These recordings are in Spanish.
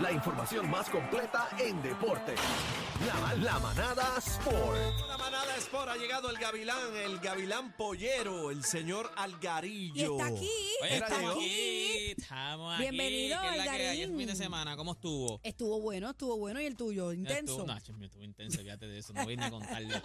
La información más completa en deporte. La, la manada Sport. La manada Sport ha llegado el gavilán, el gavilán pollero, el señor Y Algarillo. está aquí, Oye, está estamos aquí. aquí, estamos aquí. Bienvenido, ¿Qué es la que hay? Algarín. Ayer fin de semana, ¿cómo estuvo? Estuvo bueno, estuvo bueno y el tuyo, intenso. Estuvo, no, chis, mío, estuvo intenso, fíjate de eso. No vine a contarlo.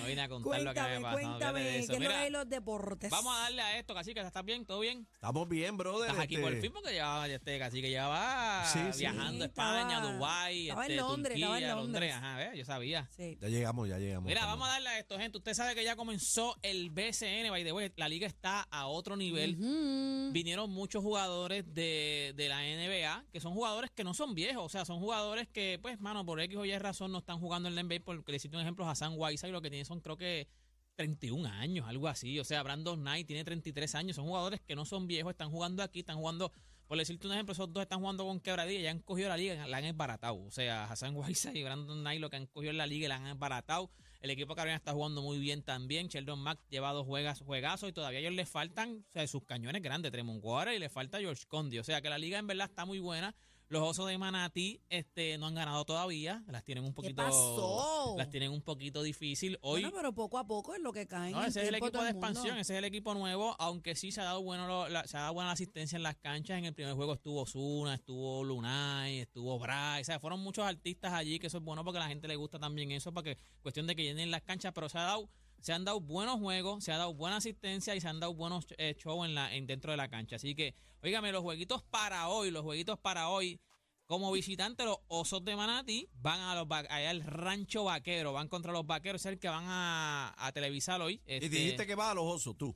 No vine a contar lo que cuéntame, me pasó. fíjate de cuéntame, eso. que no Mira, lees los deportes. vamos a darle a esto, cacique. ¿Estás bien? ¿Todo bien? Estamos bien, brother. Estás aquí este, por fin porque ya este cacique ya va Sí, sí. viajando a Sí, estaba- España, a Dubái, estaba en este, Londres, Turquía, estaba en Londres. Ajá, ve, yo sabía. Sí. Ya llegamos, ya llegamos. Mira, Estamos- vamos a darle a esto, gente. Usted sabe que ya comenzó el BCN, by the way. La liga está a otro nivel. Ujú. vinieron muchos jugadores de, de la NBA que son jugadores que no son viejos, o sea, son jugadores que, pues, mano, por X o Y razón no están jugando en la NBA, porque le cito un ejemplo a Hassan Whiteside, lo que tiene son creo que 31 años, algo así, o sea, Brandon Knight tiene 33 años, son jugadores que no son viejos, están jugando aquí, están jugando, por decirte un ejemplo, esos dos están jugando con quebradilla, ya han cogido la liga, la han esbaratado, o sea, Hassan Whiteside y Brandon Knight lo que han cogido en la liga, la han esbaratado, el equipo de Carolina está jugando muy bien también. Sheldon Mack lleva dos juegas, juegazos y todavía a ellos les faltan o sea, sus cañones grandes, Tremont Waters y le falta George Condi. O sea que la liga en verdad está muy buena. Los osos de Manatí este, no han ganado todavía. Las tienen un poquito. pasó? Las tienen un poquito difícil. Hoy. Bueno, pero poco a poco es lo que caen. No, en ese es el tiempo equipo todo de mundo. expansión, ese es el equipo nuevo, aunque sí se ha dado bueno lo- la, se ha dado buena la asistencia en las canchas. En el primer juego estuvo Zuna, estuvo Lunay, estuvo Bray, o sea, fueron muchos artistas allí, que eso es bueno porque a la gente le gusta también eso, porque cuestión de que llenen las canchas, pero se ha dado, se han dado buenos juegos, se ha dado buena asistencia y se han dado buenos eh, shows en la, en dentro de la cancha. Así que, óigame, los jueguitos para hoy, los jueguitos para hoy. Como visitante, los osos de Manatí van a los va- allá al rancho vaquero, van contra los vaqueros, es el que van a, a televisar hoy. Este, Y dijiste que vas a los osos, tú.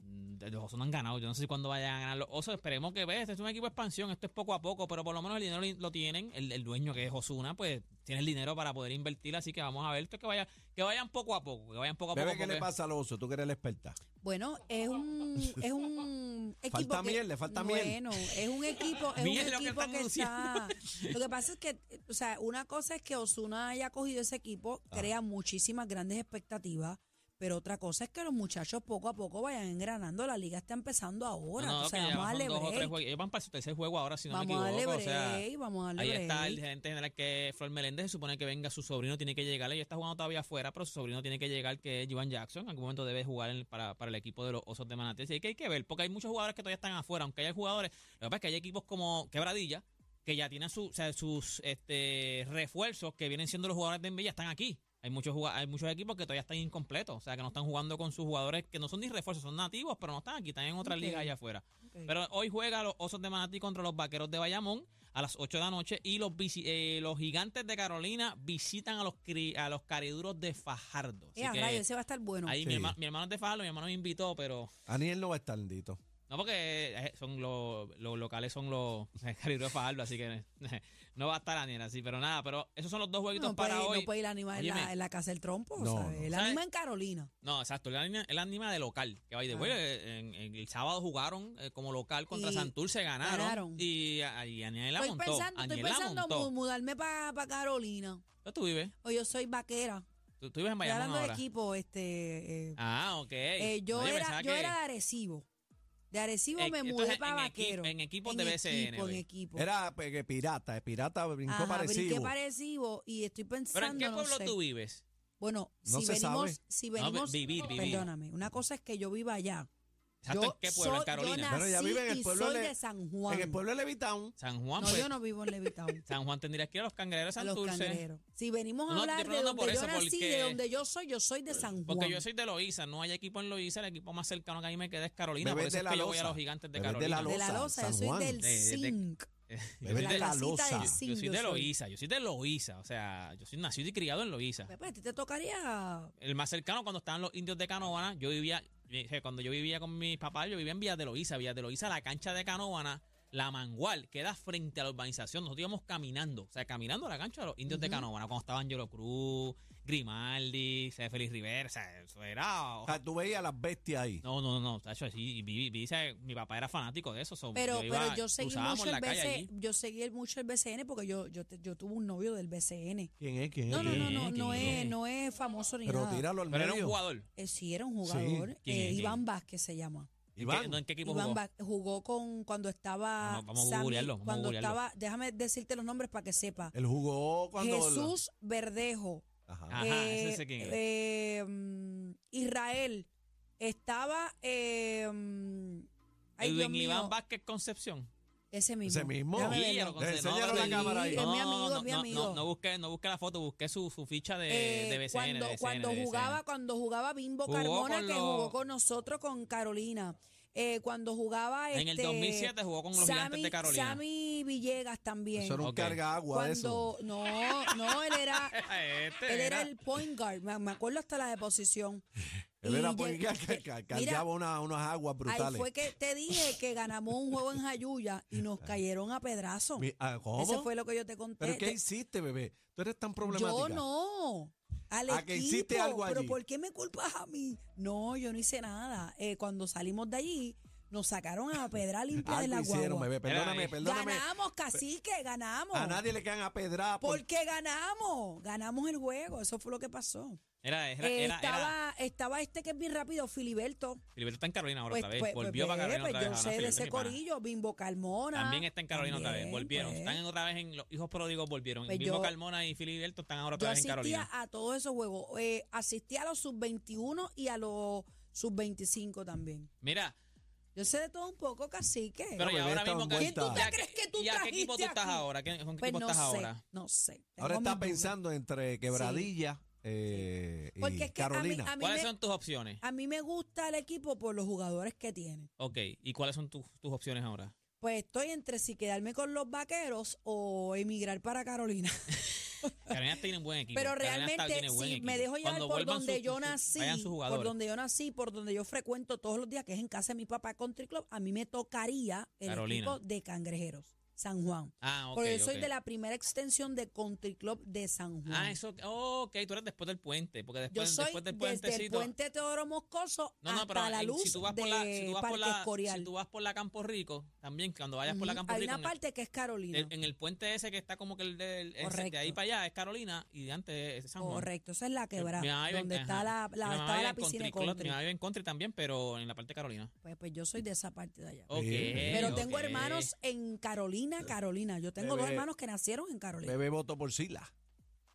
Mm, Los osos no han ganado. Yo no sé si cuándo vayan a ganar los osos. Esperemos que veas. Este es un equipo de expansión. Esto es poco a poco, pero por lo menos el dinero li- lo tienen. El, el dueño que es Osuna, pues tiene el dinero para poder invertir. Así que vamos a ver esto es que, vaya, que vayan poco a poco. Que vayan poco a poco. Bebé, ¿qué le porque- pasa al oso? Tú que eres la experta. Bueno, es un, es un equipo. Falta que- miel, le falta miel. bueno, es un equipo, es un Miel es lo que equipo están que está. Lo que pasa es que, o sea, una cosa es que Osuna haya cogido ese equipo, Ah. crea muchísimas grandes expectativas. Pero otra cosa es que los muchachos poco a poco vayan engranando. La liga está empezando ahora. No, no, o sea, que ya vamos a van darle dos o tres break. juegos. Ellos van para su tercer juego ahora, si no vamos a me darle equivoco. break, o sea, vamos a darle Ahí break. está el gerente general que es Flor Meléndez. Se supone que venga su sobrino, tiene que llegar. Ella está jugando todavía afuera, pero su sobrino tiene que llegar, que es Jovan Jackson. En algún momento debe jugar en- para, para el equipo de los Osos de Manatí. Así que hay que ver, porque hay muchos jugadores que todavía están afuera. Aunque haya jugadores, lo que pasa es que hay equipos como Quebradilla, que ya tienen su- o sea, sus este, refuerzos que vienen siendo los jugadores de NBA, ya están aquí. Hay muchos, jugua- hay muchos equipos que todavía están incompletos, o sea, que no están jugando con sus jugadores que no son ni refuerzos, son nativos, pero no están aquí, están en otra Ok. liga allá afuera. Ok. Pero hoy juega los Osos de Manatí contra los Vaqueros de Bayamón a las 8 de la noche y los, visi- eh, los Gigantes de Carolina visitan a los, cri- a los Cariduros de Fajardo. Así Eh, a que rayo, ese va a estar bueno. ahí Sí. mi, herma- mi hermano es de Fajardo, mi hermano me invitó, pero Aniel no va a estar, Dito. no porque eh, son los, los locales son los Cariduros de Fajardo, así que no va a estar Daniel así, pero nada, pero esos son los dos jueguitos no, puede, para no hoy. puede ir el animal en la, Óyeme. en la casa del trompo. No, ¿sabes? no. El ¿Sabes? animal en Carolina. No, exacto, el anima, el anima de local. Que vaya de Ah. bueno, eh, en- en el sábado jugaron eh, como local contra Y Santurce, ganaron. ganaron. Y, a- y Aniel la Estoy montó. pensando, estoy Aniel la pensando montó. mu- mudarme para Carolina. ¿Dónde tú vives? O yo soy vaquera. ¿Tú, tú vives en Estoy Bayamón hablando de ahora? equipo, este. eh, Ah, ok. eh, yo, No, era, pensaba yo que- era de Arecibo. De Arecibo eh, me mudé entonces, para en equi- vaquero. en equipos de BCN, Equipo, en güey. equipo. Era pues, que pirata, eh, pirata brincó Ajá, brinqué parecido. para Arecibo y estoy pensando. ¿Pero en qué no pueblo sé. tú vives? Bueno, No si se venimos, sabe. si No, venimos, vivir, vivir. perdóname, una cosa es que yo viva allá Exacto, ¿en qué pueblo? soy- en Carolina. Yo nací Bueno, ella vive en el y pueblo soy de- de San Juan. En el pueblo de Levitown. San Juan, no, pues, yo no vivo en Levitown. San Juan tendrías que ir a los cangrejeros de a los Santurce. cangrejeros. Si venimos a No, hablar estoy de preguntando donde por yo eso, nací, de porque- donde yo soy, yo soy de San Juan. Porque yo soy de Loíza, no hay equipo en Loíza, el equipo más cercano que a mí me queda es Carolina, Bebés por eso de es la que yo voy a Loza. los gigantes de Bebés de la Carolina. de la Loza, losa, yo San soy Juan. del De- de- de- Zinc. Bebés La de la casita del losa. Yo- Sí, yo soy yo de soy. Loíza, yo soy de Loíza, o sea, yo soy nacido y criado en Loíza. Pepe, pues, a ti te tocaría El más cercano cuando estaban los indios de Canovana, yo vivía, o sea, cuando yo vivía con mis papás, yo vivía en Villas de Loíza, Villas de Loíza, la cancha de Canovana, la Mangual, queda frente a la urbanización, nosotros íbamos caminando, o sea, caminando a la cancha de los indios de Ujú. Canovana, cuando estaba Angelo Cruz, Grimaldi, o sea, Félix Rivera, o sea, eso era... O Ah. sea, tú veías a las bestias ahí. No, no, no, tacho, sí, vi- vi- o sea, mi papá era fanático de eso, so, Pero, yo iba- pero yo seguí cruzábamos mucho el la calle allí. BCN, yo seguí el- mucho el BCN porque yo, yo, te- yo tuve un novio del BCN. ¿Quién es? ¿Quién es? No, no, no, no, ¿Quién no es? es, no es famoso ni Pero nada. tíralo al Pero era un medio. jugador. Eh, sí, era un jugador. ¿Quién eh, es? Iván Vázquez se llama. ¿En, qué, no, Iván. ¿en qué equipo Iván jugó? Vázquez jugó con cuando estaba. No, no, vamos a Sammy, googlearlo, vamos a cuando googlearlo. estaba, déjame decirte los nombres para que sepa. Él jugó cuando... Jesús Verdejo. Ajá. Ajá, ese eh, sé quién es. eh, mm, Israel. Estaba. eh, mm, ay, Dios Edwin mío, Iván Vázquez Concepción. Ese mismo. Ese mismo. Déjame Sí, verlo. ya lo conté, no, Enséñalo a la sí, cámara ahí. es mi amigo, es mi no, amigo. No, no busqué, no busqué la foto, busqué su, su ficha de, Eh, de BCN. cuando, de BCN, cuando de BCN. jugaba cuando jugaba Bimbo Jugó Carmona con que los- jugó con nosotros con Carolina Eh, cuando jugaba En el este, 2007 jugó con los Gigantes de Carolina. Sammy Villegas también Eso era un Ok. carga agua de eso. cuando no no él era Este él era era- el point guard me, me acuerdo hasta la de posición Él Y era lleg- porque que- cargaba mira, una- unas aguas ahí brutales. fue que te dije que ganamos un juego en Jayuya y nos cayeron a pedrazo Mi- ah, ¿Cómo? eso fue lo que yo te conté ¿Pero qué Te- hiciste, bebé? Tú eres tan Eh, Yo problemática. no. Al ¿A que hiciste equipo, algo Pero allí? ¿por qué me culpas a mí? No, yo no hice nada. Eh, cuando salimos de allí, nos sacaron a pedra limpia de Algo la hicieron, guagua. bebé. Perdóname, ahí. perdóname. Ganamos, cacique, ganamos. A nadie le caen a pedrar. por- Porque ganamos, ganamos el juego. Eso fue lo que pasó. Era, era, Eh, era, era. estaba, estaba este que es bien rápido, Filiberto. Filiberto está en Carolina ahora Pues, otra vez. pues, pues, Volvió para ve, Carolina pues, otra vez. yo ahora, sé de Filiberto, ese mi pana. corillo, Bimbo Carmona. También está en Carolina otra vez. También, Volvieron. pues. Están en otra vez en los hijos pródigos volvieron. Pues Mismo yo- Carmona y Filiberto están ahora Yo otra vez en asistía Carolina. a todos esos juegos. Eh, asistía a los sub-21 y a los sub-25 también. Mira, Yo sé de todo un poco, cacique. pero bebé, y ahora está mismo en que- ¿Quién tú te ¿Y a qué- crees que tú ¿Y a qué equipo tú trajiste estás aquí? ahora? ¿Qué- ¿Con qué pues equipo no estás sé, ahora? no sé. Ahora Tengo estás mis dudas. pensando entre quebradilla eh, y Porque es que a mí- Carolina. a mí, ¿Cuáles me, son tus opciones? a mí me gusta el equipo por los jugadores que tiene. Ok, ¿y cuáles son tus- tus opciones ahora? Pues estoy entre si quedarme con los vaqueros o emigrar para Carolina. Carolina tiene un buen equipo. Pero Carolina está- realmente, tiene buen si equipo. me dejo llevar Cuando por vuelvan donde sus- yo sus- nací, vayan sus por jugadores. donde yo nací, por donde yo frecuento todos los días, que es en casa de mi papá Country Club, a mí me tocaría el Carolina. equipo de cangrejeros, San Juan. Ah, ok. porque yo soy ok. de la primera extensión de Country Club de San Juan. Ah, eso. oh, ok, tú eres después del puente. Porque Yo después, soy después del desde el puentecito. puente Teodoro Moscoso no, no, pero hasta la en- luz si tú vas por de la, si tú vas Parque por la, Escorial. si tú vas por la Campo Rico, también cuando vayas por la Ujú. Campo Hay Rico, una en el, parte que es Carolina. el- en el puente ese que está como que el del- ese de ahí Correcto. para allá es Carolina y de antes es San Juan. Correcto, esa es la quebrada, Mi mamá vive en- donde está ajá. la, Mi la, mamá estaba vive la en piscina de Country Club, country. Mi mamá vive en country también, pero en la parte de Carolina. Pues, pues yo soy de esa parte de allá. Ok. Pero tengo ok. hermanos en Carolina, Carolina. Yo tengo dos Bebé. hermanos que nacieron en Carolina. Bebé voto por Sila.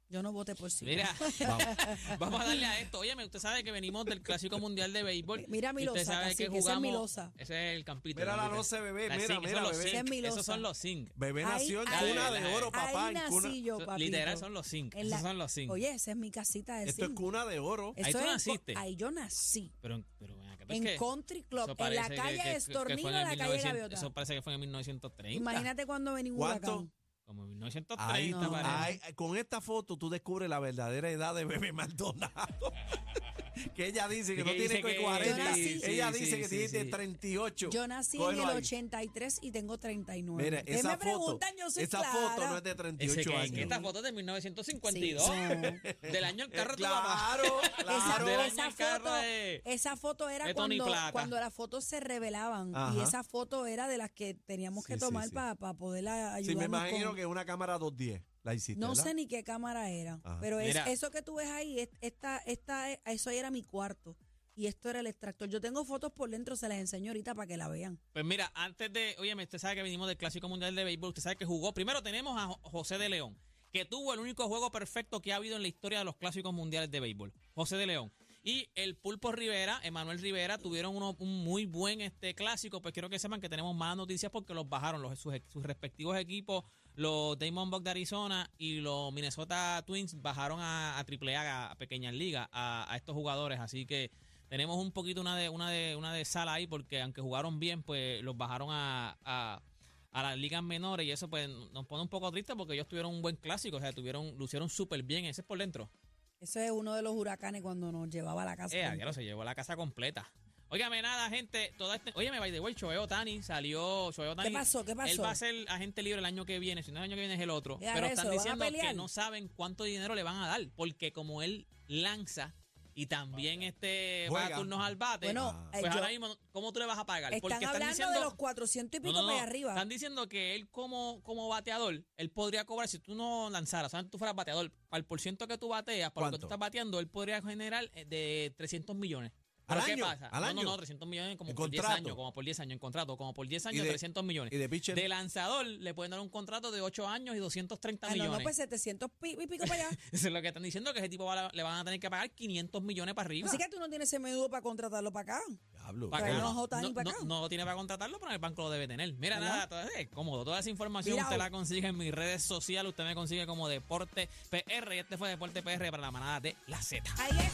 Yo no voté por sí. Mira, Vamos. vamos a darle a esto. Óyeme, usted sabe que venimos del Clásico Mundial de Béisbol. Mira mi Y usted losa, sabe cacique, que esa es mi jugamos. losa. Ese es el campito. Mira el la campito. losa, bebé. La Mira, zinc, mira, esos, los bebé. zinc, Esa es mi esos losa. son los zinc. Bebé Ahí- nació en ahí- cuna de oro, papá. Ahí en cuna- nací yo, Eso- papito. Literal son los zinc. En la- Esos son los zinc. Oye, esa es mi casita de Esto es zinc. cuna de oro. Ahí tú en co- naciste. Ahí yo nací. Pero, pero ven acá, pero En es que Country eso Club, en parece la que- calle que- que- que Estornino, fue en el la calle 1900 Gaviota. Eso parece que fue en 1930. Imagínate cuando venía un ¿Cuánto? huracán. Como en Ahí 1930 tú- no. parece. ahí- con esta foto tú descubres la verdadera edad de Bebé Maldonado. que ella dice que Y no que tiene dice que que- 40. Sí, sí, ella sí, dice que sí, tiene sí. 38. Yo nací en Cógelo el ahí. 83 y tengo 39. Mira, Ustedes esa me foto. preguntan, yo soy Esa clara. foto no es de Ese 38 que- años. que Esta foto es de 1952. Sí. Del año el Eh, carro de tu mamá. Claro, Esa, Del claro. año esa el carro foto, de- esa foto era de Tony cuando, Plata. cuando las fotos se revelaban y Ajá. esa foto era de las que teníamos que Sí, sí, tomar sí. para poder a- Sí, me ayudarnos imagino con- que una cámara 210 la hiciste. no ¿verdad? sé ni qué cámara era, Ajá. pero es- Mira. eso que tú ves ahí, es- esta, esta, eso ahí era mi cuarto y esto era el extractor. Yo tengo fotos por dentro, se las enseño ahorita para que la vean. Pues mira, antes de, oye, usted sabe que venimos del Clásico Mundial de Béisbol, usted sabe que jugó, primero tenemos a Jo- José de León, que tuvo el único juego perfecto que ha habido en la historia de los Clásicos Mundiales de Béisbol, José de León. Y el Pulpo Rivera, Emanuel Rivera, tuvieron uno, un muy buen este clásico. Pues quiero que sepan que tenemos más noticias porque los bajaron los, sus, sus respectivos equipos. Los Diamondbacks de Arizona y los Minnesota Twins bajaron a, a AAA, a pequeñas ligas, a, a estos jugadores. Así que tenemos un poquito una de, una de, una de sala ahí porque aunque jugaron bien, pues los bajaron a, a, a las ligas menores y eso pues nos pone un poco triste porque ellos tuvieron un buen clásico, o sea, tuvieron, lucieron súper bien, ese es por dentro. Ese es uno de los huracanes cuando nos llevaba a la casa. Eh, claro, se llevó la casa completa. Óigame nada, gente, toda este, óigame, by the way, Choeo Tani salió, Choeo Tani. ¿Qué pasó? ¿Qué pasó? Él va a ser agente libre el año que viene, si no el año que viene es el otro. Ya, pero eso, están ¿van a diciendo que pelear? no saben cuánto dinero le van a dar, porque como él lanza y también este va Juega. a turnos al bate, Bueno, pues eh, yo- ahora mismo, ¿cómo tú le vas a pagar? Están, Porque están hablando diciendo, de los 400 y No, pico no, no, para arriba. Están diciendo que él como, como bateador, él podría cobrar, si tú no lanzaras, o sea, tú fueras bateador, al por ciento que tú bateas, para lo que tú ¿Cuánto? estás bateando, él podría generar eh, de 300 millones. ¿Al ¿Pero qué año? pasa? ¿Al no, año? no, no, 300 millones como ¿En por 10 contrato? años, como por 10 años en contrato, como por 10 ¿Y años, de- 300 millones. y de pitcher? lanzador le pueden dar un contrato de 8 años y 230 Ah, no, millones. no, pues 700 pi- y pico para allá. Eso es lo que están diciendo, que ese tipo va a- le van a tener que pagar 500 millones para arriba. Así que tú no tienes ese menudo para contratarlo para acá. Diablo. Para Pero acá. no jotas no, ni para no- acá. no lo tiene para contratarlo, pero en el banco lo debe tener. Mira, ¿Verdad? nada, todo- es cómodo. Toda esa información Mirao. usted la consigue en mis redes sociales. Usted me consigue como Deporte PR. Y este fue Deporte PR para la manada de la Z. Ahí es.